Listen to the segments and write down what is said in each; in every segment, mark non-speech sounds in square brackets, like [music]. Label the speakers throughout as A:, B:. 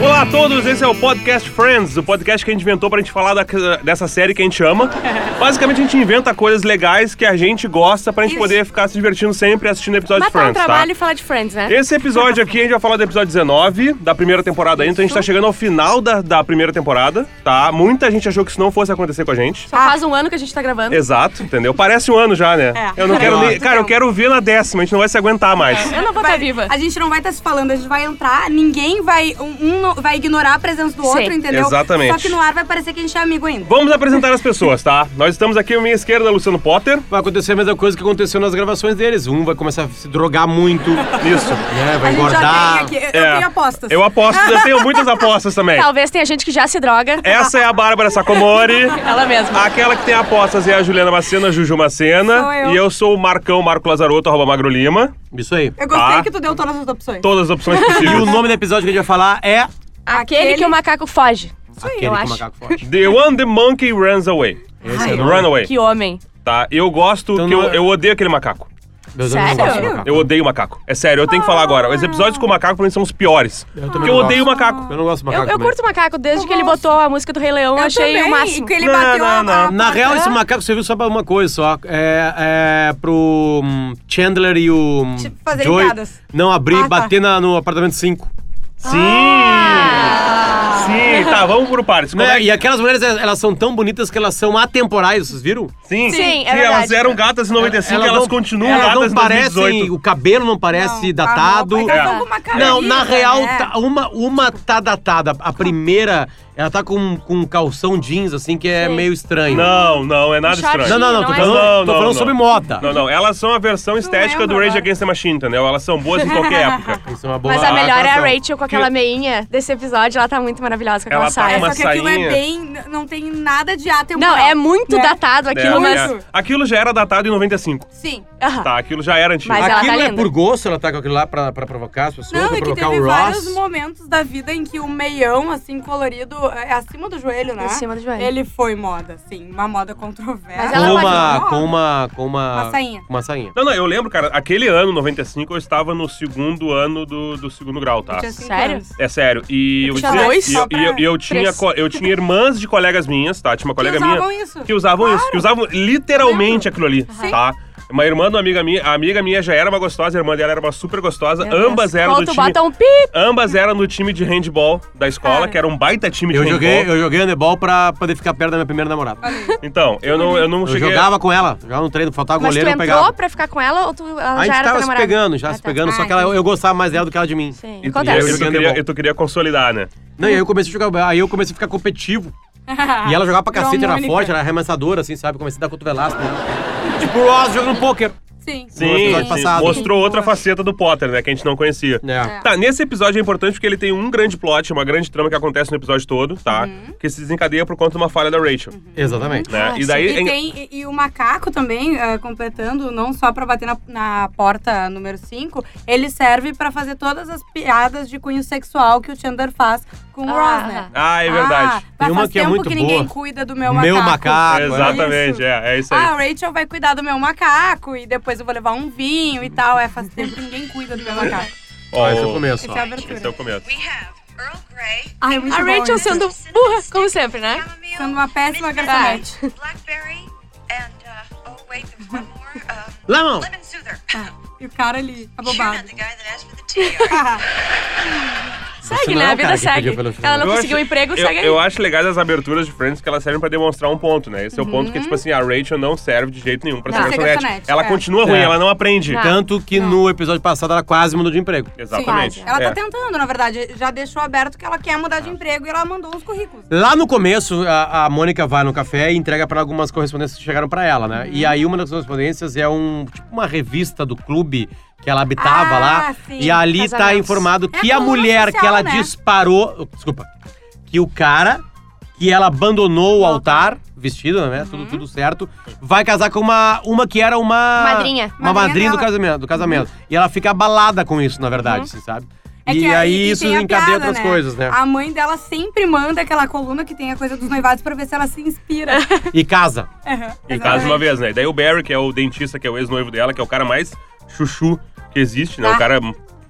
A: Olá a todos, esse é o Podcast Friends, o podcast que a gente inventou pra gente falar da- dessa série que a gente
B: [laughs]
A: ama. Basicamente, a gente inventa coisas legais que a gente gosta pra gente
B: Isso.
A: poder ficar se divertindo sempre assistindo episódios de
B: Matar o
A: Friends, tá?
B: trabalho e falar de Friends, né?
A: Esse episódio aqui, a gente vai falar do episódio 19 da primeira temporada ainda, então a gente tá chegando ao final da, da primeira temporada, tá? Muita gente achou que isso não fosse acontecer com a gente.
B: Só faz um ano que a gente tá gravando.
A: Exato, entendeu? Parece um ano já, né?
C: É.
A: Eu não
B: um
A: quero nem.
C: Muito
A: Cara, eu
C: tempo.
A: quero ver na décima, a gente não vai se aguentar mais.
B: Eu não vou estar
C: Vai-
B: viva.
C: A gente não vai estar se falando, a gente vai entrar, ninguém vai. Um um não- vai ignorar a presença do
B: Sim.
C: outro, entendeu?
A: Exatamente.
C: Só que no ar vai parecer que a gente é amigo ainda.
A: Vamos apresentar as pessoas, tá? Nós estamos aqui à minha esquerda, Luciano Potter.
D: Vai acontecer a mesma coisa que aconteceu nas gravações deles. Um vai começar a se drogar muito,
A: Isso.
D: né?
C: a
D: Vai
C: gente
D: engordar.
C: já tem aqui. Eu
A: É.
C: tenho apostas.
A: Eu aposto, eu tenho muitas apostas também.
B: Talvez tenha gente que já se droga.
A: Essa é a Bárbara Sacomori.
B: Ela mesma.
A: Aquela que tem apostas é a Juliana Macena, Juju Macena.
C: Sou eu.
A: E eu sou o Marcão Marco Lazaroto, arroba Magro Lima.
D: Isso aí.
C: Eu gostei
A: Tá.
C: que tu deu todas as opções.
A: Todas as opções
D: E o
A: possíveis.
D: nome do episódio que a gente vai falar é.
B: Aquele, que o macaco foge.
D: Aquele
B: eu
D: que
B: acho.
D: o macaco foge.
A: The One the Monkey Runs Away.
D: Esse é o nome.
A: Runaway.
B: Que homem.
A: Tá? Eu gosto,
D: Então
A: que
D: não
A: eu,
D: é-
A: eu odeio aquele macaco.
D: Meus amigos
B: Sério?
D: gostam de macaco.
A: Eu odeio macaco. É sério, eu tenho que falar agora. Os episódios com macaco pra mim são os piores.
D: também
A: porque eu
D: não gosto.
A: odeio macaco.
D: Eu não gosto de
B: Eu,
D: macaco.
B: eu
D: também.
B: curto o macaco desde
C: Eu
B: que ele
C: gosto.
B: botou a música do Rei Leão,
C: Eu
B: achei
C: também,
B: o máximo.
C: Que ele
A: Não,
C: bateu
A: não,
C: a-
A: não.
C: a-
D: Na real, esse macaco serviu só pra uma coisa só. É, é pro hum, Chandler e o. hum,
C: Tipo, fazerem
D: Joey
C: piadas.
D: Não abrir e
C: Ah, tá.
D: bater na- no apartamento 5.
A: Sim! Sim, tá, vamos pro partes. Como é que-
D: Né, E aquelas mulheres, elas são tão bonitas que elas são atemporais, vocês viram?
A: Sim,
B: Sim, é
A: elas
B: verdade.
A: eram gatas em 95, elas,
D: não-
A: continuam
D: Assim elas
A: gatas
D: não
A: em
D: parecem,
A: 2018.
D: o cabelo não parece
C: Não,
D: datado.
C: a roupa,
A: É.
C: então vamos com uma cara
D: Não,
C: ali,
D: na
C: né?
D: real, tá- uma, uma tá datada. A primeira, ela tá com, com um calção jeans, assim, que é
B: Sim.
D: meio estranho.
A: Não, não, é nada
B: Um short.
A: estranho.
D: não, não, não, tô
B: Não é
D: falando,
A: Não,
D: tô
A: não,
D: falando
A: não.
D: sobre moda.
A: Não, não, elas são a versão estética do
C: lembro
A: Rage
C: agora.
A: Against the Machine, entendeu? Elas são boas em qualquer época.
D: Isso é uma boa
B: Mas a melhor é a
D: atração.
B: Rachel com aquela meinha desse episódio. Ela tá muito maravilhosa com aquela
A: Ela tá
B: saia.
A: uma
C: Só que aquilo
A: sainha.
C: é bem. Não tem nada de atemporal.
B: Não, é muito
C: né?
B: datado aquilo,
A: É,
B: mas...
A: é. Aquilo já era datado em 95.
C: Sim.
B: Aham.
A: Tá, aquilo já era antigo.
B: Mas ela tá
D: Aquilo é
B: linda.
D: por gosto, ela tá com aquilo lá pra, pra provocar as pessoas,
C: Não,
D: pra
C: é que
D: provocar
C: teve
D: o
C: vários
D: Ross.
C: momentos da vida em que o meião, assim, colorido, é acima do joelho, né?
B: Acima do joelho.
C: Ele foi moda, assim, uma moda controversa.
B: Mas
D: Com
B: ela
D: uma,
C: pode-
D: com uma. Com uma.
C: Uma sainha.
D: com uma sainha.
A: Não, não, eu lembro, cara, aquele ano, 95, eu estava no segundo ano do, do segundo grau, tá?
C: Eu tinha cinco
B: Sério?
C: anos.
A: É sério. E eu,
B: Tinha
A: tinha-
B: dois?
A: e eu- e eu- e eu tinha,
B: Três.
A: co- eu tinha irmãs de colegas minhas, tá? Tinha uma colega minha.
C: usavam isso. [laughs]
A: Que usavam isso. Que usavam literalmente aquilo ali,
C: Sim.
A: tá? Uma irmã de uma amiga minha, a amiga minha já era uma gostosa, a irmã dela era uma super gostosa.
B: Meu Deus.
A: ambas eram do
B: Quando tu
A: time.
B: bota um pi...
A: Ambas eram do time de handball da escola,
C: Cara.
A: que era um baita time de
D: Eu
A: handball.
D: joguei, eu joguei handebol pra poder ficar perto da minha primeira namorada.
A: Então, eu não, eu não
D: Eu
A: cheguei.
D: jogava com ela, jogava no treino, faltava
B: Mas tu
D: goleiro, eu
B: entrou
D: pegava.
B: pra ficar com ela ou tu, ela
D: A
B: já
D: gente
B: era tua
D: tava se
B: namorada?
D: pegando, já
B: Ah,
D: se
B: tá.
D: pegando, só
C: Ah,
D: que ela-
C: entendi.
D: eu gostava mais dela do que ela de mim.
B: Sim,
A: E tu- e
B: acontece.
A: eu, e tu queria, e tu queria consolidar, né?
D: Não, e aí eu comecei a jogar, aí eu comecei a ficar competitivo.
B: Ah,
D: E ela jogava pra
C: Virou
D: cacete, era
C: Mônica.
D: forte, era arremessadora, assim, sabe? Comecei a dar cotovelada. [laughs] tipo, o Ross jogando pôquer.
C: Sim.
D: No episódio
A: sim.
D: passado.
A: mostrou
C: Sim.
A: outra faceta do Potter, né? Que a gente não conhecia.
D: É.
A: Tá, nesse episódio é importante porque ele tem um grande plot, uma grande trama que acontece no episódio todo, tá? Que se desencadeia por conta de uma falha da Rachel,
D: Exatamente.
A: né?
B: Uhum. Ah,
A: e daí...
C: E, tem, e- e o macaco também, eh, completando, não só pra bater na, na porta número 5, ele serve pra fazer todas as piadas de cunho sexual que o Chandler faz com o
B: Ah,
C: Ross, né?
A: Ah, é verdade.
C: Ah,
D: Tem uma
C: faz
D: que é
C: tempo
D: muito
C: que ninguém
D: boa.
C: cuida do meu macaco.
D: Meu macaco.
A: Exatamente,
C: Isso.
A: é, é isso aí.
C: Ah, a Rachel vai cuidar do meu macaco e depois eu vou levar um vinho e tal. É, faz tempo que ninguém cuida do meu macaco.
A: Ó,
D: Ó, esse é o começo, ó.
C: Essa é a abertura.
A: Esse é o começo.
C: Ai, é muito
B: A
C: bom
B: Rachel
C: isso.
B: sendo burra, como sempre, né? Tá.
C: Sendo uma péssima garçonete.
E: Blackberry and uh, oh wait, there's one more. Um,
D: Lemon.
E: Lemon soother. [laughs]
C: E o cara ali, Ah,
E: You're not
B: né?
C: [laughs] abobado.
E: the guy that asked for the tea. are you?
B: Segue,
D: Você não
B: né? A
D: é o cara
B: vida
D: que
B: segue.
D: pediu pelo final.
B: Ela não
A: Eu
B: conseguiu um
A: acho-
B: emprego,
A: eu,
B: segue aí.
A: eu acho legais as aberturas de Friends que elas servem pra demonstrar um ponto, né? Esse é o ponto que, tipo assim, a Rachel não serve de jeito nenhum pra
B: Não.
A: ser
B: Pra
C: ser
A: garçonete.
C: Uhum. garçonete,
A: Ela
C: é. Tá.
A: continua ruim,
D: É.
A: ela não aprende.
B: Não.
D: Tanto que no episódio passado ela quase mudou de emprego.
A: Exatamente.
C: Ela
A: É. Ah.
C: tá tentando, na verdade. Já deixou aberto que ela quer mudar de emprego e ela mandou uns currículos.
D: Lá no começo, a, a Mônica vai no café e entrega pra ela algumas correspondências que chegaram pra ela, né?
C: Uhum.
D: E aí uma das correspondências é um tipo uma revista do clube que ela habitava
C: Ah,
D: lá.
C: sim.
D: E ali tá
B: Casamentos.
D: informado
C: É
D: que
C: a
D: a
C: coluna
D: mulher que
C: social,
D: ela
C: né?
D: disparou, desculpa, que o cara que ela abandonou o altar, vestido, né?
C: Uhum.
D: Tudo, tudo certo, vai casar com uma uma que era uma
B: Madrinha.
D: uma madrinha,
C: Madrinha dela.
D: do
C: Uhum.
D: casamento, do casamento. E ela fica abalada com isso, na verdade, você sabe?
C: É
D: e
C: que
D: aí
C: e
D: isso
C: tem a
D: encadeia
C: piada,
D: outras coisas, né?
C: A mãe dela sempre manda aquela coluna que tem a coisa dos noivados pra ver se ela se inspira.
B: [laughs]
D: E casa.
A: Em casa uma vez, né? Daí o Barry, que é o dentista, que é o ex-noivo dela, que é o cara mais chuchu que existe, né? O
C: Ah.
A: cara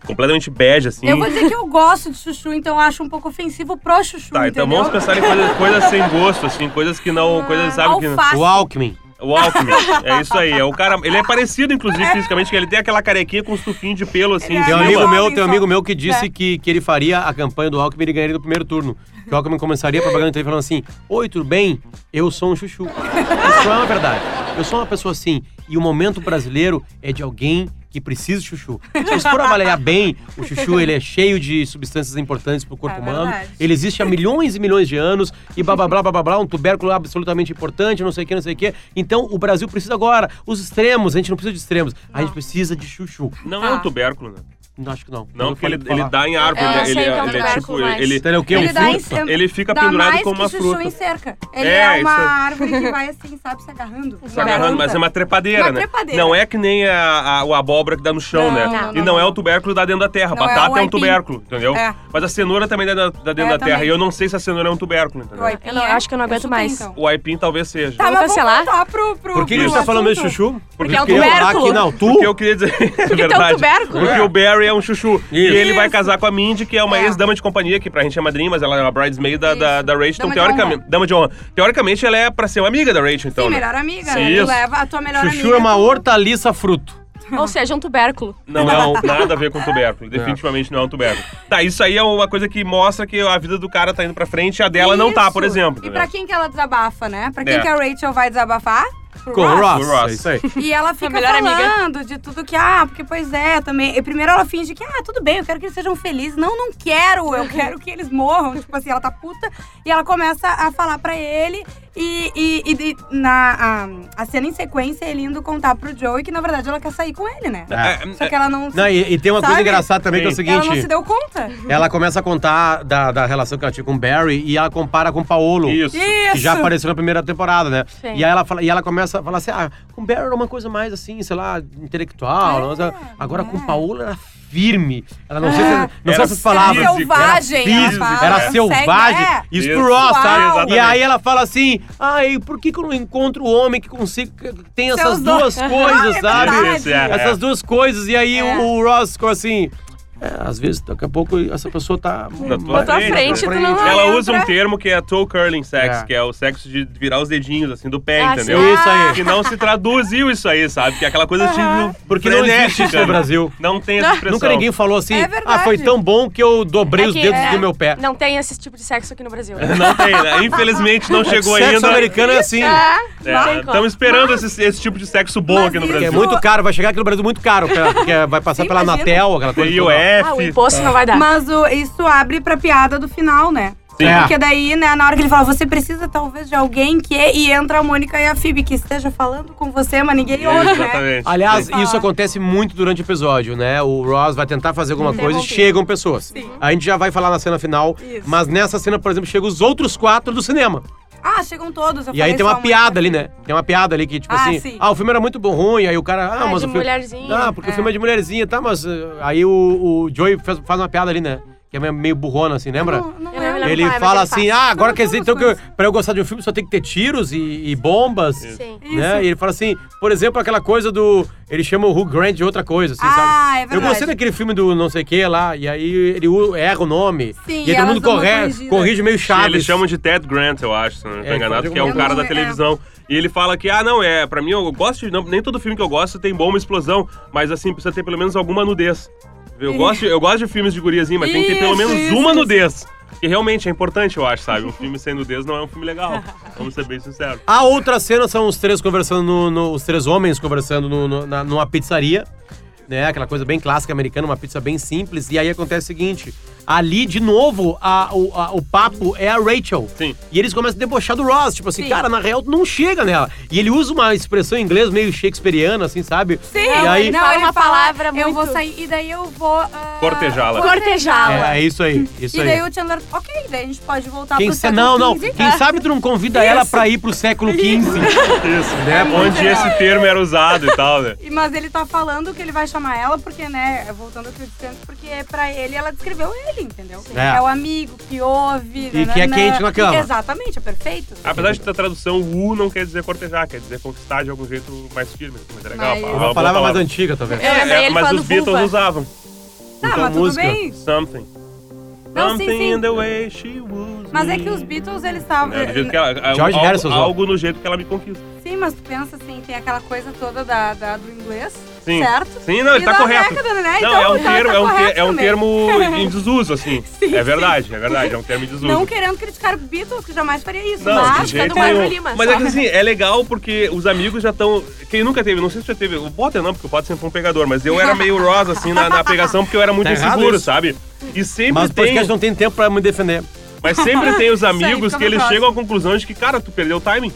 A: completamente bege, assim.
C: Eu vou dizer que eu gosto de chuchu, então eu acho um pouco ofensivo pro chuchu,
A: Tá, então
C: um entendeu?
A: vamos pensar em coisas, coisas sem gosto, assim, coisas que não. Coisas, sabe, que.
C: Ah, alface.
D: O Alckmin.
A: O Alckmin. É isso aí. É o cara. Ele é parecido, inclusive, fisicamente, que ele tem aquela carequinha com um tufinho de pelo, assim, em
C: Ele é
D: Tem um
A: cima.
D: amigo
C: Alckmin,
D: meu, tem um
C: só.
D: amigo meu que disse
C: É.
D: que, que ele faria a campanha do Alckmin e ele ganharia no primeiro turno. Que o Alckmin começaria a propaganda dele falando assim: Oi, tudo bem? Eu sou um chuchu. Isso é uma verdade. Eu sou uma pessoa assim. E o momento brasileiro é de alguém que precisa de chuchu. Se você for avaliar bem, o chuchu ele é cheio de substâncias importantes pro corpo
C: É
D: humano.
C: verdade.
D: Ele existe há milhões e milhões de anos e blá blá blá blá blá, blá um tubérculo absolutamente importante, não sei o que, não sei o que. Então o Brasil precisa agora. Os extremos, a gente não precisa de extremos, a gente precisa de chuchu.
A: Não
C: Ah.
A: é um tubérculo, né?
D: Não, acho que não.
A: Não,
D: Eu
A: porque ele,
D: falei pra
A: ele
D: falar.
A: dá em árvore. né?
B: É, eu
A: ele,
B: sei que é um
A: ele,
B: tubérculo,
A: tipo,
B: mas-
A: ele,
D: Então ele é o quê?
C: Ele
D: um
C: dá em-
D: fruto?
A: ele fica
C: dá
A: pendurado
C: mais
A: como
C: que
A: uma
C: chuchu
A: fruta.
C: em cerca. Ele
A: É,
C: é,
A: isso
C: uma
A: aí.
C: árvore que vai assim, sabe, se agarrando.
A: Tá agarrando, mas é uma trepadeira,
C: Uma
A: né?
C: trepadeira.
A: Não é que nem a, a, o abóbora que dá no chão,
C: Não,
A: né?
C: não,
A: e
C: não,
A: não, é
C: não.
A: o tubérculo que dá dentro da terra. A
C: Não, é
A: batata é,
C: o
A: um
C: aipim.
A: tubérculo, entendeu?
C: É.
A: Mas a cenoura também dá, dá dentro da
C: É,
A: terra.
C: também.
A: E eu não sei se a cenoura é um tubérculo, entendeu?
C: Vai.
B: Eu, não, eu acho que eu não aguento
C: Chuchu tem,
B: mais.
C: então.
A: O aipim talvez seja.
C: Tá, mas
B: cancelar?
C: vamos voltar pro, pro
D: Por que, que
C: pro
D: você tá falando
C: assunto.
D: desse chuchu?
B: Porque é o
D: eu queria falar
B: tubérculo.
D: que não,
A: Porque eu
D: tu?
A: queria dizer. [laughs] é
B: tem um
A: verdade.
B: tubérculo.
A: Porque
B: É.
A: o Barry é um chuchu. E
D: Isso.
A: ele vai
C: Isso.
A: casar com a Mindy, que é uma
C: É.
A: ex-dama de companhia, que pra gente é madrinha, mas ela é uma bridesmaid da, da,
C: Isso.
A: da Rachel. Então,
C: Dama de
A: teoricamente.
C: honra.
A: Dama de honra. Teoricamente, ela é pra ser uma amiga da Rachel, então.
C: Sim,
A: né?
C: melhor amiga.
A: Sim,
C: né?
A: isso.
C: Tu leva a tua melhor amiga.
D: Chuchu é uma hortaliça fruto.
B: Ou seja, um tubérculo.
A: Não
C: [laughs]
A: é um- nada a ver com tubérculo. Definitivamente não é um tubérculo. Tá, isso aí é uma coisa que mostra que a vida do cara tá indo pra frente e a dela não tá,
C: Isso.
A: por exemplo.
C: E
D: né?
A: entendeu?
C: pra quem que ela desabafa, né? Pra quem
A: É.
C: que a Rachel vai desabafar? Pro
D: Com
C: Ross.
D: Ross.
A: Com Ross.
D: É isso aí.
C: E ela fica
B: melhor amiga.
C: falando de tudo que, ah, porque pois é, também. E primeiro ela finge que, ah, tudo bem, eu quero que eles sejam felizes. Não, não quero, eu quero que eles morram. [laughs] tipo assim, ela tá puta. E ela começa a falar pra ele. E, e- e de- na, a, a cena em sequência, ele indo contar pro Joey que, na verdade, ela quer sair com ele, né?
A: É.
C: Só que ela não.
D: Não, e, e tem uma coisa
C: Sabe?
D: engraçada também que é o
A: Sim.
D: seguinte.
C: ela não se deu conta.
D: Ela começa a contar da, da relação que ela tinha com o Barry e ela compara com o Paolo.
A: Isso.
C: Isso!
D: Que já apareceu na primeira temporada, né?
B: Sim.
D: E aí ela, fala, e ela começa a falar assim: ah, com o Barry era uma coisa mais assim, sei lá, intelectual. não sei- agora com o Paolo era firme. Ela não sei se, não sei
A: Era
D: essas palavras.
A: físico.
C: selvagem,
D: Era, físico,
A: ela fala.
D: era selvagem.
C: Segue- é.
D: Isso
A: Isso.
D: pro Ross, sabe?
C: Uau.
D: E aí ela fala assim: ai, por que, que eu não encontro o homem que consiga, que tem
C: Seus
D: essas
C: dois. [laughs]
D: duas coisas,
C: Ah, é
D: sabe?
C: verdade.
A: Isso, é,
D: Essas
A: é.
D: duas coisas. E aí
C: É.
D: o, o Ross ficou assim. É, às vezes, daqui a pouco, essa pessoa tá.
A: Na
D: mais
B: tua
D: pra
B: frente, tu não
D: frente.
A: Ela
C: entra.
A: usa um termo que é toe curling sex,
D: É.
A: que é o sexo de virar os dedinhos, assim, do pé,
B: Ah,
A: entendeu?
B: sim.
D: Isso aí.
A: Que não se traduziu isso aí, sabe? Que é aquela coisa assim.
D: Porque não existe isso
A: frenética,
D: no
A: né?
D: Brasil.
A: Não tem essa expressão.
D: Nunca ninguém falou assim.
C: É
D: ah,
C: verdade.
D: foi tão bom que eu dobrei
B: É
D: os
B: que-
D: dedos
B: é.
D: do meu pé.
B: Não tem esse tipo de sexo aqui no Brasil.
A: [laughs] Não tem, né? Infelizmente não chegou
D: Sexo
A: ainda.
D: americano é assim.
B: não tem como.
A: Estamos esperando esse, esse tipo de sexo bom
C: Mas
A: aqui no
C: isso-
D: Que é
A: Brasil.
D: muito caro, vai chegar aqui no Brasil muito caro. pra- Porque vai passar
C: Sim,
D: pela
C: imagina.
D: Anatel, aquela coisa.
A: Tem o
D: toda.
B: Ah, o
A: F.
B: imposto não vai dar.
C: Mas o- isso abre pra piada do final, né?
A: Sim.
D: É.
C: Porque daí, né, na hora que ele fala, você precisa talvez de alguém que. é", E entra a Mônica e a Phoebe, que esteja falando com você, mas
B: é
C: ninguém ouve, né?
A: Exatamente.
D: Aliás,
C: Sim.
D: isso acontece muito durante o episódio, né? O Ross vai tentar fazer alguma
C: Uhum.
D: coisa e chegam pessoas. A gente já vai falar na cena final,
C: Isso.
D: mas nessa cena, por exemplo, chegam os outros quatro do cinema.
C: Ah, chegam todos. Eu
D: E aí
C: falei
D: tem
C: só
D: uma piada ali, né? Tem uma piada ali que, tipo
C: Ah,
D: assim,
C: sim.
D: ah, o filme era muito bom, ruim, aí o cara. Ah,
B: É,
D: mas
B: de
D: o filme.
B: mulherzinha.
D: Ah, porque o filme é de mulherzinha, tá? Mas eh, aí o, o Joey faz, faz uma piada ali, né? Que é meio- meio burrona, assim, lembra?
C: Não, não é.
B: Eu não me
C: lembro.
B: lembro.
D: Ele
B: vai, mas ele
D: fala assim,
B: faz.
D: ah, agora
C: Não,
D: quer dizer então que eu,
C: todas as
D: pra eu gostar de um filme só tem que ter tiros e, e bombas.
B: Sim.
D: Né? E ele fala assim, por exemplo, aquela coisa do. Ele chama o Hugh Grant de outra coisa, assim,
C: Ah,
D: sabe?
C: é
D: Eu
C: verdade.
D: gostei daquele filme do não sei o que lá, e aí ele u- erra o nome.
C: Sim,
D: e aí todo
C: elas
D: mundo
C: dão uma
D: corre,
C: corrigida.
D: corrige meio
A: Que
D: chaves.
A: Eles chamam de Ted Grant, eu acho, se não estou
D: É,
A: enganado,
D: pode
A: que é o
D: alguma
A: cara da
C: coisa.
A: televisão. E ele fala que, ah, não, é, pra mim eu gosto de. não, nem todo filme que eu gosto tem bomba e explosão, mas assim, precisa ter pelo menos alguma nudez. Eu gosto, eu gosto de filmes de guriazinha, mas tem que ter pelo
C: Isso,
A: menos
C: isso,
A: uma
C: isso.
A: nudez. Que realmente é importante, eu acho, sabe? Um filme sem nudez não é um filme legal. Vamos ser bem sinceros.
D: A outra cena são os três conversando, no, no- os três homens conversando no- no- na- numa pizzaria, né? Aquela coisa bem clássica americana, uma pizza bem simples. E aí acontece o seguinte: ali, de novo, a- o, a- o papo é a Rachel.
A: Sim.
D: E eles começam a debochar do Ross, tipo assim,
C: Sim.
D: cara, na real, tu não chega nela. E ele usa uma expressão em inglês meio shakespeariana, assim, sabe?
C: Sim, É
D: e aí.
B: Não, fala uma palavra
C: eu
B: muito-
C: vou sair, e daí eu vou. ah,
A: Cortejá-la.
B: Cortejá-la.
D: É, é isso aí, isso
C: E daí
D: aí.
C: o Chandler, ok, daí a gente pode voltar
D: Quem
C: pro
D: sa-
C: século
D: não, não.
C: XV.
D: Quem sabe tu não convida ela pra ir pro
C: [laughs]
D: século XV.
A: Isso,
C: É
D: Né?
A: Onde esse termo era usado e tal, né?
C: E- Mas ele tá falando que ele vai chamar ela porque, né, voltando ao que eu disse antes, porque pra ele, ela descreveu ele, entendeu?
D: É.
C: É, o amigo que ouve.
D: E que é quente na cama.
C: Exatamente, é perfeito.
A: Apesar de ter a tradução, U não quer dizer cortejar, quer dizer conquistar de algum jeito mais firme, assim, mas é legal.
C: Mas-
A: uma
D: Uma
A: boa
D: palavra mais antiga, talvez.
B: Eu lembrei
A: É,
B: ele
A: mas
B: falando
A: os Beatles
B: vulva.
A: usavam.
C: Tá,
D: Então,
C: mas tudo
D: música.
C: bem.
A: Something.
C: Não, sim,
A: Something
C: sim.
A: in the way she was.
C: Mas é que os Beatles, eh, eles estavam.
A: É, do jeito que é- ela,
D: George
A: algo,
D: Harrison, só.
A: algo no jeito que ela me conquista.
C: Sim, mas tu pensa assim, tem aquela coisa toda da, da- do inglês,
A: Sim.
C: certo?
A: Sim, não, ele
C: E
A: tá
C: da
A: correto.
C: década, né?
A: Não,
C: Então,
A: é um
C: então
A: termo,
C: tá
A: é um, ter-
C: correto
A: é um
C: também. [laughs]
A: termo em desuso, assim.
C: Sim,
A: é verdade, é verdade, é um termo em desuso.
C: Não querendo criticar o Beatles, que jamais faria isso,
A: Não,
B: Mas
A: de
C: mas...
A: jeito
B: cada um é
A: nenhum.
B: Lima,
A: Mas
B: só.
A: é que assim, é legal porque os amigos já estão. Quem nunca teve, não sei se já teve. O Potter não, porque o Potter sempre foi um pegador, mas eu era
C: [laughs]
A: meio rosa, assim, na, na pegação, porque eu era muito
D: Tá errado
A: inseguro,
D: isso.
A: sabe? E sempre
D: Mas o
A: tem.
D: podcast não tem tempo pra me defender.
A: Mas sempre tem
C: [laughs]
A: os amigos
C: fica
A: que
C: no
A: eles
C: próximo.
A: chegam à conclusão de que, cara, tu perdeu o timing.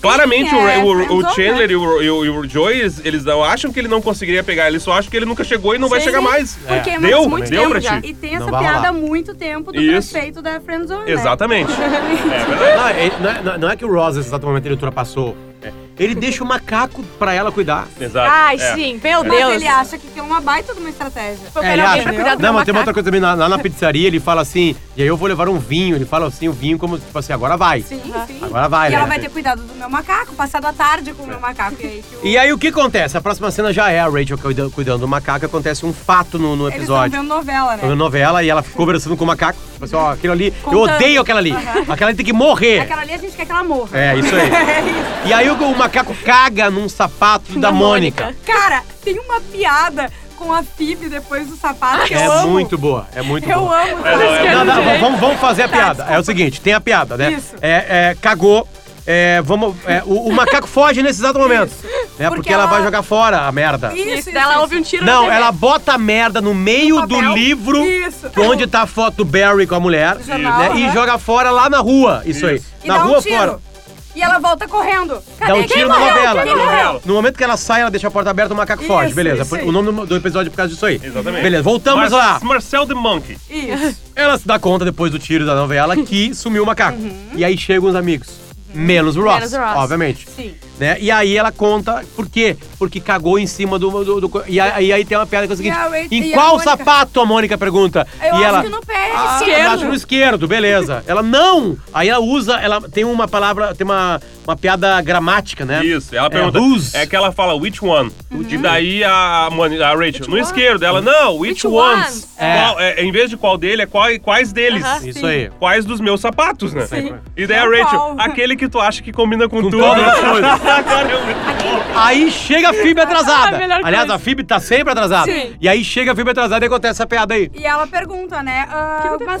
A: Claramente,
C: é,
A: o, o- o
C: friendzone,
A: Chandler e, o, e o- e o Joey, eles- eles não acham que ele não conseguiria pegar, eles só acham que ele nunca chegou e não vai
C: Sim,
A: chegar mais. É.
C: Porque, mas
A: deu,
C: muito
A: deu
C: tempo
A: pra
C: já.
A: ti.
C: E tem essa
D: É. Não vai
C: piada
D: rolar.
C: há muito tempo do
A: Isso.
C: prefeito da friendzone, [laughs]
A: Exatamente.
C: Né?
A: É verdade.
D: Não, ele- não é, não é- não é que o Ross, nesse exato momento, ele ultrapassou. É, Ele deixa o macaco pra ela cuidar.
A: Exato.
B: Ai,
A: é.
B: sim, meu
C: Mas
B: Deus.
C: ele acha que tem uma baita de uma estratégia.
B: Vou
D: É, ele
B: pegar alguém
D: acha.
B: pra cuidar do
D: Não,
B: meu
D: mas tem uma outra
B: macaco.
D: coisa também. Lá, lá na pizzaria, ele fala assim, e aí eu vou levar um vinho. Ele fala assim, o vinho como, tipo assim, agora vai.
C: Sim, sim.
D: Agora vai,
C: e
D: né?
C: ela vai ter cuidado do meu macaco, passado a tarde com o meu macaco. E aí, que o-
D: E aí o que acontece? A próxima cena já é a Rachel cuida- cuidando do macaco. Acontece um fato no, no
C: eles estão
D: episódio.
C: vendo novela, né?
D: Tava vendo novela e ela ficou conversando com o macaco. Tipo assim, ó, aquilo ali, eu
C: Contando.
D: odeio aquela ali. Aquela ali tem que morrer.
C: Aquela ali a gente quer que ela morra.
D: É, isso
C: [laughs]
D: aí.
C: É isso.
D: E aí o, o macaco caga num sapato da,
B: Da
D: Mônica.
B: Mônica.
C: Cara, tem uma piada com a Phoebe depois do sapato que
D: É
C: eu amo.
D: muito boa, é muito
C: Eu
D: boa.
C: amo.
A: É, não, é-
D: Não, não,
B: Gente.
D: vamos, vamos fazer a piada. É o seguinte, tem a piada, né?
C: Tá, Isso.
D: É, é, cagou. é, vamos, é, o,
C: [laughs]
D: o macaco foge nesse exato momento. Né, porque,
C: Porque
D: ela,
C: ela-
D: vai jogar fora a merda.
C: Isso,
B: Isso,
C: isso,
B: daí ela
C: isso.
B: ouve um tiro
D: Não,
B: na
D: ela bota a merda no meio
C: No
D: do
C: papel.
D: livro,
C: Isso.
D: onde tá a foto do Barry com a mulher,
C: Do jornal,
D: né, e
C: aham.
D: joga fora lá na rua. Isso, aí.
A: Isso.
C: E
D: na
C: dá
D: rua
C: um tiro.
D: fora.
C: E ela volta correndo. Cadê?
D: Dá um
C: Quem
D: tiro na
C: morreu?
D: novela.
C: Quem morreu?
A: novela.
D: No momento que ela sai, ela deixa a porta aberta, o macaco
C: Isso,
D: foge. Beleza.
C: isso aí.
D: O nome do- do episódio é por causa disso aí.
A: Exatamente.
D: Beleza, voltamos
A: Mar-
D: lá.
A: Marcel the Monkey.
C: Isso.
D: Ela se dá conta depois do tiro da
C: [laughs]
D: novela que sumiu o macaco.
C: Uhum.
D: E aí chegam os amigos. Menos o Ross,
B: Menos o Ross.
D: obviamente.
C: Sim.
D: Né? E aí ela conta por quê? Porque cagou em cima do. do- do co- e, aí, e aí tem uma piada que é o seguinte:
C: E a Rachel-
D: em
C: e a
D: qual
C: Mônica?
D: sapato? A Mônica pergunta.
C: Eu
D: e
C: acho
D: ela.
C: que no pé
D: Ah,
C: esquerdo.
D: eu acho no esquerdo, beleza. Ela não! Aí ela usa, ela tem uma palavra, tem uma, uma piada gramática, né?
A: Isso, ela
D: É,
A: pergunta.
D: whose?
A: É, que ela fala which one? E
C: Uhum.
A: daí a, Moni- a Rachel, no
B: one?
A: esquerdo, ela, não, which,
B: Which
A: ones?
B: ones?
D: É.
A: Qual- é, em vez de qual dele, é qual- quais deles?
B: Aham.
D: Isso
C: Sim.
D: aí.
A: Quais dos meus sapatos, né?
D: Sim.
A: E daí a
C: Não,
A: Rachel,
C: qual?
A: aquele que tu acha que combina com, tudo. é
D: todas
A: [laughs]
D: as coisas.
A: Cara, eu-
D: Aí chega a
C: [laughs] É
D: Phoebe atrasada.
B: Ah, melhor
D: Aliás,
B: coisa.
D: a Phoebe tá sempre atrasada.
B: Sim.
D: E aí chega a Phoebe atrasada e acontece essa piada aí.
C: E ela pergunta, né? ah, mas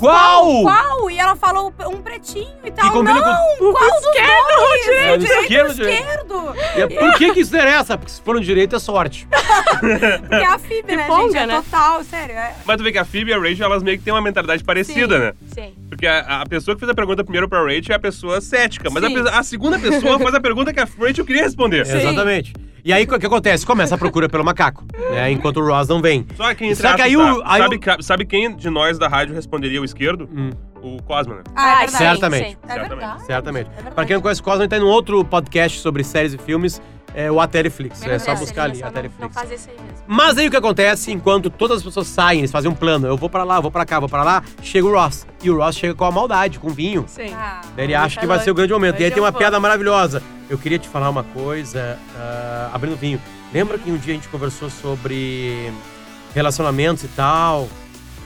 C: qual?
D: Qual?
C: Qual? E ela falou um pretinho e tal.
D: combina
C: não,
D: com-
C: qual dos dois?
D: gente.
C: Direito ou
D: Esquerdo, gente.
C: esquerdo.
D: [laughs] E é, por que que isso interessa? Porque se for no direito é sorte.
C: Porque é a Phoebe, né,
B: Piponga,
C: gente? É
B: né?
C: total, sério. é-
A: Mas tu vê que a Phoebe e a Rachel, elas meio que têm uma mentalidade parecida, né?
B: Sim.
A: Porque a, a pessoa que fez a pergunta primeiro pra Rachel é a pessoa cética. Mas a,
C: Sim.
A: pe- a segunda pessoa faz a pergunta que a Rachel queria responder.
D: Exatamente. E aí o que acontece? Começa a procura pelo macaco, né? Enquanto o Ross não vem.
A: Só que, entre
D: Só que aí
A: aspas,
D: o-
A: tá?
D: aí
A: sabe,
D: o- Hum.
A: ca- sabe quem de nós da rádio responderia o esquerdo? O Cosmo, né?
C: Ah, é
B: Ah,
C: verdade.
B: certo.
D: Certamente.
C: É verdade.
D: Certamente.
C: verdade.
D: pra quem não conhece o Cosmo, ele tá em um outro podcast sobre séries e filmes, é o A Teleflix. É só
B: Menos
D: buscar
B: essa,
D: ali,
B: só
D: A
B: não- Não
D: Teleflix.
B: fazer isso aí mesmo.
D: Mas aí o que acontece, enquanto todas as pessoas saem, eles fazem um plano, eu vou pra lá, eu vou pra cá, vou pra lá, chega o Ross. E o Ross chega com a maldade, com o vinho.
B: Sim.
D: [laughs]
C: Ah.
D: Daí ele
B: Ah,
D: acha
B: tá
D: que vai
B: doido.
D: ser o grande momento. E aí
B: Hoje
D: tem
B: eu
D: uma
B: vou.
D: piada maravilhosa. Eu queria te falar uma coisa, ah, abrindo vinho. Lembra que um dia a gente conversou sobre relacionamentos e tal?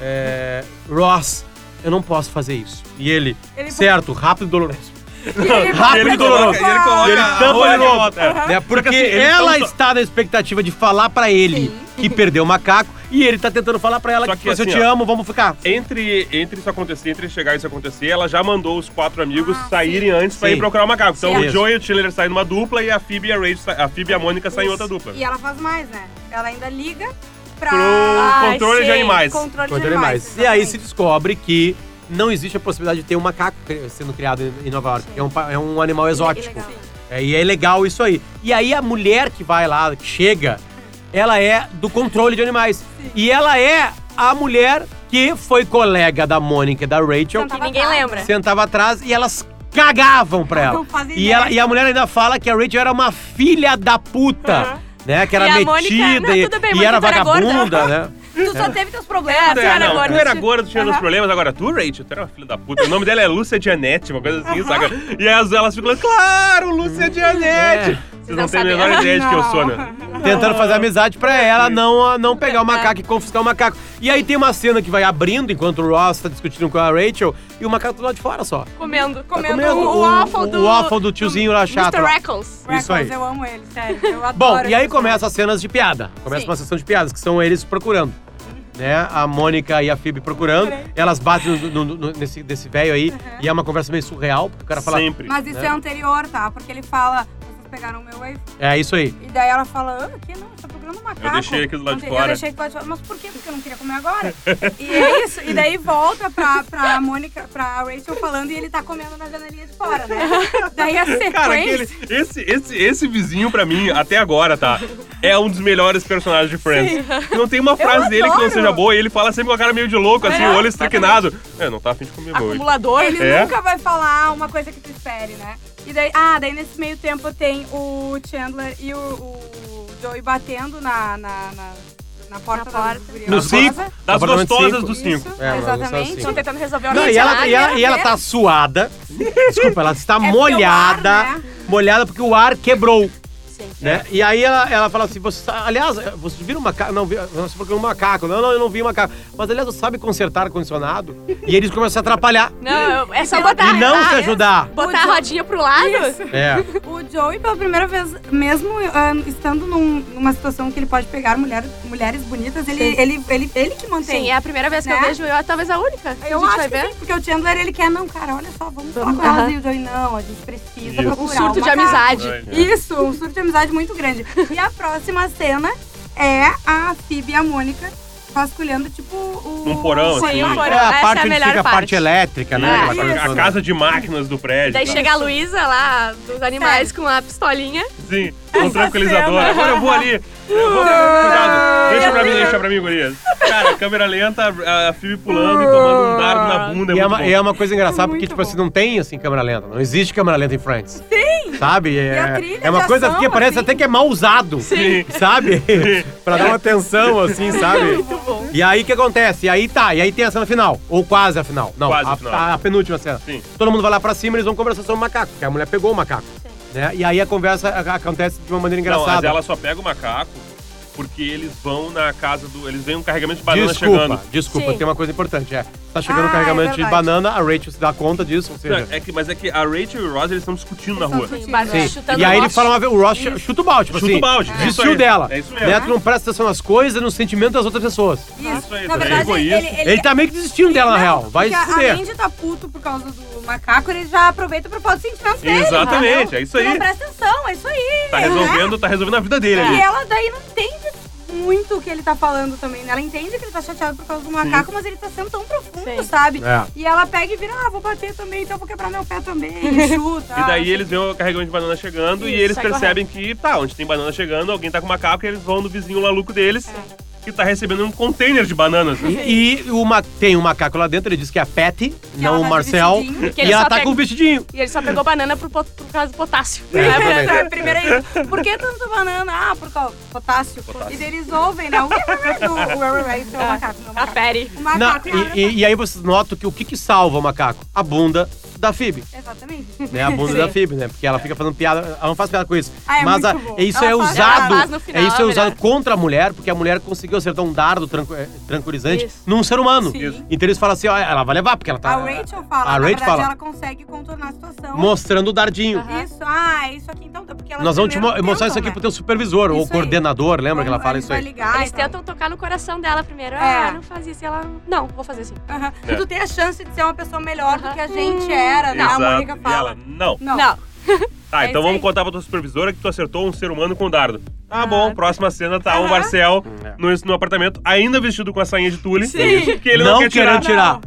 D: É, Ross, eu não posso fazer isso. E ele,
C: Ele-
D: certo, rápido e doloroso.
C: E ele
D: Rápido
C: vai
D: e
A: ele
C: pra
A: coloca,
D: doloroso.
C: colocar-
A: ele coloca
D: Ele
A: a
D: tampa
A: rola
D: de
A: de
D: novo.
A: volta, é.
D: Né? Porque
A: assim, eles
D: ela
A: tão-
D: está na expectativa de falar pra ele que perdeu o macaco e ele tá tentando falar pra ela
A: Só
D: que,
A: que
D: tipo assim, eu
A: assim,
D: te
A: ó,
D: amo, vamos ficar.
A: Entre, entre isso acontecer, entre chegar e isso acontecer, ela já mandou os quatro amigos saírem antes pra
D: Sim.
A: ir procurar o macaco. Então
D: Sim.
A: o Joe e o Tiller saem numa dupla e a Phoebe e a Rachel, sa- a Phoebe e a Mônica saem em outra dupla.
C: E ela faz mais, né? Ela ainda liga pra... Ah,
A: Pro
B: Ai,
A: controle de
B: sim,
A: animais.
C: Controle,
D: Quando
C: de
D: ele
C: animais.
D: mais. E aí se
C: exatamente.
D: descobre que não existe a possibilidade de ter um macaco cri- sendo criado em- em Nova York. É um, pa- é um animal exótico.
B: ilegal.
D: É, e é legal isso aí. E aí a mulher que vai lá, que chega, ela é do controle de animais. E ela é a mulher que foi colega da Mônica e da Rachel,
B: Que ninguém lembra.
D: sentava atrás e elas cagavam pra ela.
C: Não fazem
D: E,
C: ideia.
D: ela- e a mulher ainda fala que a Rachel era uma filha da puta. Né? Que era
B: E a
D: metida
B: Mônica, não,
D: e,
B: tudo bem,
D: e
B: mas
D: era
B: tu era gorda.
D: vagabunda, né?
C: Tu só teve teus problemas.
B: É,
A: É,
B: era
A: não,
B: gorda.
A: tu era gorda, tu tinha
C: Aham.
A: uns problemas. Agora, tu, Rachel, tu era uma filha da puta. O nome
D: Hum,
A: dela é Lúcia Dianetti, uma coisa assim, saca? E aí as- elas ficam lá, claro, Lúcia Dianetti. Vocês
B: não
A: não têm a
B: sabem.
A: menor ideia de que eu sou,
C: Não.
A: né?
D: é. Tentando fazer amizade pra ela não, ah, não pegar o macaco e confiscar o macaco. E aí tem uma cena que vai abrindo enquanto o Ross tá discutindo com a Rachel e o macaco tá lá de fora só.
B: Comendo, comendo,
D: comendo
B: o, o
D: o-
B: waffle
D: o
B: do...
D: waffle do tiozinho lá chato
B: Mr.
D: lá.
B: Reckles.
D: Isso aí.
C: Freckles, eu amo ele, sério. Eu adoro.
D: Bom, e aí
C: ele.
D: começa as cenas de piada. Começa
B: Sim.
D: uma sessão de piadas, que são eles se procurando. Né? A Mônica e a Phoebe procurando. Elas batem no- no- no- nesse desse velho aí. E é uma conversa meio surreal, porque o cara fala...
A: Sempre.
C: Mas
D: né?
C: isso é anterior, tá? Porque ele fala, vocês pegaram o meu wave.
D: É isso aí.
C: E daí ela fala, ah, aqui não, você tá procurando um macaco.
A: deixei aquilo lá de
C: Não,
A: fora.
C: Eu deixei aquilo lá de fora. Mas por quê? Porque eu não queria comer agora. e é isso. E daí volta pra, pra Mônica, pra Rachel falando e ele tá comendo na janelinha de fora, né?
D: [laughs]
C: daí a sequência...
A: Cara, aquele, esse, esse, esse vizinho, pra mim, até agora, tá? É um dos melhores personagens de Friends. Não tem uma frase dele que não
C: adoro.
A: seja boa e ele fala sempre com a cara meio de louco, assim, o olho estriquinado. É, não tá afim de comer hoje.
B: Acumulador.
C: Ele
A: É?
C: nunca vai falar uma coisa que tu espere, né? E daí, ah, daí nesse meio tempo tem o Chandler e o, o Joey batendo na, na, na, na porta,
B: Na
C: da
B: porta.
C: gurias.
D: No
A: Das
D: cinco.
A: gostosas-
D: No
A: Das
D: apartamento
A: gostosas
D: cinco.
A: dos cinco.
C: Isso,
D: É, mas não são
C: exatamente.
D: cinco.
B: Estão tentando resolver o
D: Não, e ela,
B: orçamento.
D: e, ela, e ela tá suada. Desculpa,
C: [laughs]
D: ela está
C: né? É. porque é o
D: molhada.
C: ar, né?
D: Molhada porque o ar quebrou.
B: Sim.
D: Né? E aí ela, ela fala assim: você, aliás, vocês viram um macaco? Não, vi- você procurou um macaco. Não, não, eu não vi um macaco. Mas aliás, você sabe consertar ar-condicionado? E eles começam a atrapalhar
B: Não, eu- é só
D: e
B: botar...
D: não se
B: botar-
D: ajudar.
B: Botar a rodinha pro lado.
D: É.
C: O Joey, pela primeira vez, mesmo ah, estando num- numa situação que ele pode pegar mulher- mulheres bonitas, ele, ele, ele, ele que mantém.
B: Sim, é a primeira vez que eu
C: Né?
B: vejo eu, talvez a única. que a
C: Eu
B: gente
C: acho
B: vai
C: que
B: ver.
C: sim, porque o Chandler, ele quer, não, cara, olha só, vamos falar
B: Vamos,
C: com elas.
B: aham.
C: E o Joey, não, a gente precisa
A: Isso. Um
C: procurar
B: Um surto de
C: uma casa.
B: amizade.
A: É.
C: Isso, um surto de amizade muito grande. E a próxima cena é a Phoebe e a Mônica vasculhando, tipo, o...
A: Num porão,
C: Sim,
A: assim.
C: um
B: Sim.
C: porão.
D: É a
B: Essa
D: parte
B: é a
D: onde
B: melhor
D: fica a parte
B: parte.
D: elétrica, né?
B: É.
C: Ah,
D: Aquela
A: A-
D: coisa
A: A,
D: toda.
A: casa de máquinas do prédio.
B: Daí
A: tá?
B: chega a Luísa lá, dos animais, com a pistolinha.
A: Sim, um tranquilizador. Agora eu vou ali. Eu vou- Cuidado, deixa pra mim, deixa pra mim, gurias. Cara, câmera lenta, a- a Phoebe pulando e tomando um dardo na bunda. É
D: E é,
A: muito
D: uma,
A: bom.
D: e é uma coisa engraçada, porque,
C: Muito
D: tipo
C: bom.
D: assim, não tem, assim, câmera lenta. Não existe câmera lenta em Friends. Sim! Sabe? É,
C: a trilha
D: é uma
C: de
D: coisa
C: ação,
D: que parece
C: assim.
D: até que é mal usado.
A: Sim.
D: Sabe? [laughs] pra dar uma atenção, assim, sabe? Muito bom. E aí, o que acontece? E aí tá, e aí tem a cena final. Ou quase a final. Não,
A: Quase
D: a,
A: a final.
D: a- a penúltima cena.
A: Sim.
D: Todo mundo vai lá pra cima e eles vão conversar sobre o macaco, porque a mulher pegou o macaco. Né? E aí a conversa a- acontece de uma maneira
A: Não,
D: engraçada.
A: mas ela só pega o macaco porque eles vão na casa do. Eles veem um carregamento de banana
D: desculpa,
A: chegando.
D: desculpa,
B: Sim.
D: tem uma coisa importante, é. Tá chegando o
C: Ah,
D: carregamento
C: é
D: de
C: verdade.
D: banana, a Rachel se dá conta disso, ou seja...
A: É que, mas é que a Rachel e o Ross eles estão discutindo na
C: São
A: rua.
C: sutis,
B: Mas-
C: né?
B: Sim. tá chutando
D: e aí
B: o
D: ele
B: balde.
D: fala uma vez, o Ross chu- chuta o balde, tipo
A: Chuta
D: assim,
A: o balde, é isso
D: desistiu
A: aí,
D: dela.
A: é isso mesmo.
D: Né? Tu não presta atenção nas coisas, no sentimento das outras pessoas.
A: Isso aí,
C: Na
A: tá
C: verdade,
A: bem
C: ele,
A: egoísta.
C: ele,
D: Ele, tá meio que desistindo dela, na real. Vai se
C: porque
D: fuder.
C: além de tá puto por causa do macaco, ele já aproveita pra falar dos sentimentos dele.
A: Exatamente,
C: entendeu?
A: é isso aí.
C: Não presta atenção, é isso aí.
A: Tá
C: né? É.
A: resolvendo, tá resolvendo a vida dele
C: E
A: ali.
C: ela daí não entende muito o que ele tá falando também, né? Ela entende que ele tá chateado por causa do macaco, mas ele tá sendo tão profundo,
B: Sim.
C: sabe?
D: É.
C: E ela pega e vira, ah, vou bater também, então vou quebrar meu pé também, e chuta. ah,
A: E daí eles veem o carregamento de banana chegando e
B: Isso,
A: eles
B: sai
A: percebem que, tá, onde tem banana chegando, alguém tá com macaco e eles vão no vizinho maluco deles
C: É.
A: que tá recebendo um container de bananas. né?
D: E, e o ma- tem um macaco lá dentro, ele diz que é a Patty, não
C: ela
D: o
C: tá de
D: Marcel.
C: vestidinho.
D: E
B: Que ele
D: ela
B: só
D: tá
B: pega-
D: com o vestidinho.
B: E ele só pegou banana pro, pot- por causa do potássio. [laughs]
D: É,
B: né?
D: também.
C: Tá, Primeiro é isso. Por que tanto banana? Ah, por causa do potássio. E daí eles ouvem, né? O o- o- o- o macaco, não, o
B: A
C: macaco.
B: Perry.
C: O
D: Na-
C: macaco.
D: e, e- e aí vocês notam que o que que salva o macaco? A bunda da Phoebe.
C: Exatamente. [laughs]
D: Né? A bunda da Phoebe, né? Porque ela fica fazendo piada, ela não faz piada com isso.
C: Ah, é
D: Mas
C: muito
D: a-
C: bom.
D: isso
C: Ela
D: é
C: faz-
D: usado.
B: ela faz no final,
D: é isso é
B: é
D: usado
B: melhor.
D: contra a mulher, porque a mulher conseguiu acertar um dardo tranqu- eh, tranquilizante
B: Isso.
D: num ser humano.
C: Sim.
D: Então eles falam assim: ó, ela vai levar, porque ela tá.
C: A Rachel fala,
D: A
C: na
D: Rachel
C: verdade,
D: fala.
C: ela consegue contornar a situação.
D: Mostrando o dardinho.
B: Aham.
C: Isso, ah, isso aqui então. Porque ela
D: Nós vamos te mo-
C: primeiro
D: mostrar isso
C: tentam,
D: aqui
C: né?
D: pro teu supervisor ou
C: Isso aí.
D: coordenador, lembra que ela
C: Vamos-
D: fala
C: ele
D: isso
C: vai
D: aí?
C: ligar e
B: Eles
C: tal.
B: tentam tocar no coração dela primeiro.
C: É.
B: Ah, não faz isso. E ela, não, vou fazer assim.
C: Aham.
A: É.
C: Tu tem a chance de ser uma pessoa melhor do
B: Aham.
C: que a gente era, né? A Mônica
A: E ela,
C: fala.
A: não.
C: Não.
B: Não.
A: Tá, então
C: É isso
A: vamos
C: aí.
A: contar pra tua supervisora que tu acertou um ser humano com um dardo. Tá bom, próxima cena tá o Marcel
D: Hum, é.
A: no, no apartamento, ainda vestido com a sainha de tule.
B: Sim.
A: Que ele não,
D: não
A: quer tirar.
D: querendo tirar.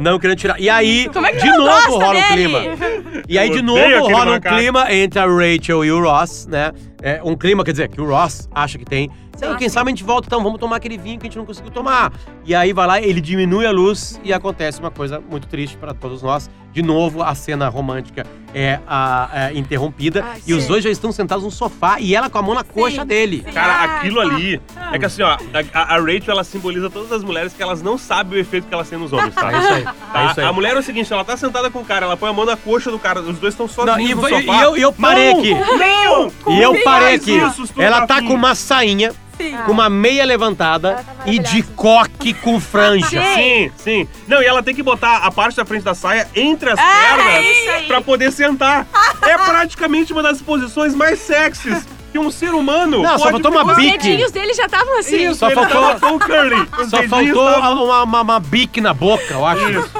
D: Não. querendo tirar. E aí,
B: Como é que
D: de
B: não
D: novo
B: gosta
D: rola o
B: dele?
D: clima. E aí,
A: Eu
D: de
A: odeio
D: novo,
A: aquele
D: rola um
A: macaco.
D: clima entre a Rachel e o Ross, né? é, um clima, quer dizer, que o Ross acha que tem. Não,
C: Sim.
D: quem sabe a gente volta, então vamos tomar aquele vinho que a gente não conseguiu tomar. E aí vai lá, ele diminui a luz e acontece uma coisa muito triste para todos nós. De novo, a cena romântica é, a- é interrompida.
B: Ai,
D: e os
B: sim.
D: dois já estão sentados no sofá e ela com a mão na coxa dele.
C: sim.
A: Cara,
C: Ah,
A: aquilo
C: tá.
A: ali. É que assim, ó, a, a Rachel ela simboliza todas as mulheres que elas não sabem o efeito que elas têm nos homens, tá?
D: [laughs] É isso aí.
A: Tá?
D: É isso aí.
A: A mulher é o seguinte, ela tá sentada com o cara, ela põe a mão na coxa do cara, os dois estão sozinhos
D: Não, e,
A: no
D: vai-
A: sofá.
D: e eu, e eu parei
A: Não!
D: aqui.
C: Meu!
D: E eu parei aqui.
A: isso, isso,
D: Ela tá
A: Rafinha.
D: com uma sainha,
C: Sim.
D: com uma meia levantada
B: Ela tá
D: e de coque com franja.
A: Sim, sim. Não, e ela tem que botar a parte da frente da saia entre as
E: isso
A: pernas
E: aí.
A: pra poder sentar. É praticamente uma das posições mais sexys que um ser humano
D: Não,
A: pode
D: só botou uma
A: ficar.
B: Os
D: bique.
B: dedinhos dele já estavam assim.
A: Isso,
D: Só
A: ele
D: faltou-
A: tava com o curly. tá? Os
D: Só
A: dedinhos
D: faltou
A: tavam-
D: a- uma, uma, uma bique na boca, eu acho.
A: Isso.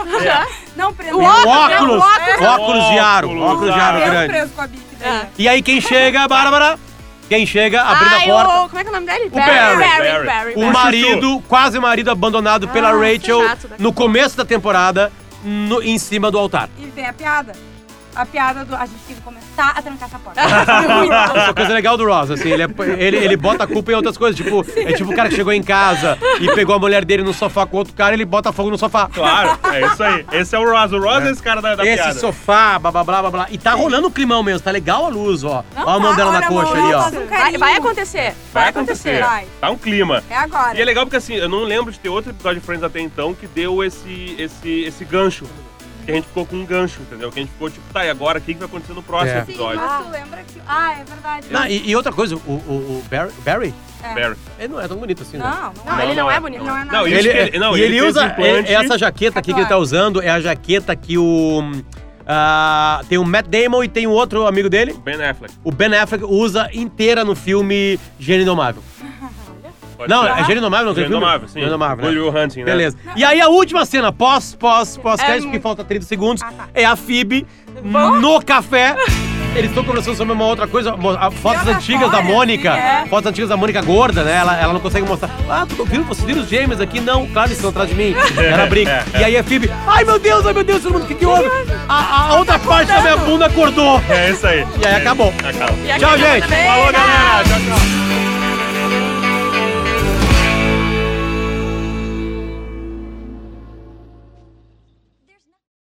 C: Não, preso.
D: O óculos,
C: Óculos. né?
D: óculos de aro,
A: Óculos,
D: óculos de
A: aro.
D: aro
C: Eu
D: grande.
C: preso com a bique dele.
D: E aí quem chega, Bárbara? Quem chega, abrindo a
B: Ai,
D: porta,
B: o- como é que é o nome dele? O
D: Barry.
A: Barry.
B: Barry, Barry,
D: o
A: Barry.
D: marido, quase marido abandonado pela
B: Ah, isso é
D: Rachel
B: chato daqui.
D: no começo da temporada, no- em cima do altar.
C: E tem a piada. A piada do. A gente tem que começar a trancar essa porta.
D: Isso é uma coisa legal do Ross, assim, ele, é- ele, ele bota a culpa em outras coisas, tipo, é tipo o cara que chegou em casa e pegou a mulher dele no sofá com outro cara, ele bota fogo no sofá.
A: Claro, é isso aí. Esse é o Ross. O Ross é, esse cara da, da
D: Esse
A: piada.
D: sofá, blá blá blá blá blá. E tá rolando o climão mesmo, tá legal a luz, ó.
C: Não
D: ó a mão
C: tá,
D: dela na
C: olha a
D: coxa
C: mão,
D: ali,
C: ela
D: ó.
C: tá- um
B: Vai,
C: carinho.
B: vai acontecer.
A: Vai acontecer.
C: Vai.
A: Tá um clima.
C: É agora.
A: E é legal porque assim, eu não lembro de ter outro episódio de Friends até então que deu esse, esse, esse gancho. Que a gente ficou com um gancho, entendeu? Que a gente ficou tipo, tá, e agora o que, que vai acontecer no próximo
D: É.
C: Sim,
A: episódio?
C: mas tu lembra que. Ah, é verdade.
D: Não, e, e outra coisa, o, o- o Barry, Barry,
C: É.
A: Barry.
D: ele não é tão bonito assim, né?
C: Não, não,
B: Não,
C: é.
B: ele não,
A: não é,
B: é bonito.
C: não é nada.
A: Não, e
D: Ele,
A: ele, ele- não,
D: e ele
A: fez
D: usa
A: implante.
D: é- essa jaqueta aqui que ele tá
C: Agora.
D: usando, é a jaqueta que o. hum, ah, tem o Matt Damon e tem o outro amigo dele,
A: Ben Affleck.
D: o Ben Affleck, usa inteira no filme Gênio Indomável.
A: pode
D: Não,
A: ser.
D: é Gênio Indomável, não tem
A: Gênio
D: filme?
A: Domável, sim.
D: Gênio Indomável, né?
A: Will Hunting, né?
D: Beleza. E aí a última cena, pós, pós, pós, crédito, porque
B: muito-
D: falta 30 segundos,
C: É Ah, tá.
D: é a Phoebe no café. Eles estão conversando sobre uma outra coisa, mo- a- fotos
C: Joga
D: antigas da
C: fora,
D: Mônica.
C: assim, é.
D: Fotos antigas da Mônica gorda, né? Ela, ela não consegue mostrar. Ah, tu viu? Vocês viram os gêmeos aqui? Não, claro, eles estão atrás
A: [laughs]
D: de mim. Ela brinca.
A: É,
D: E aí a Phoebe, ai meu Deus, ai meu Deus, todo mundo, o que, que houve? A, a outra parte da minha bunda acordou.
A: É isso aí.
D: E aí acabou.
A: Acabou.
D: Tchau, gente.
A: Falou, galera. Tchau, tchau.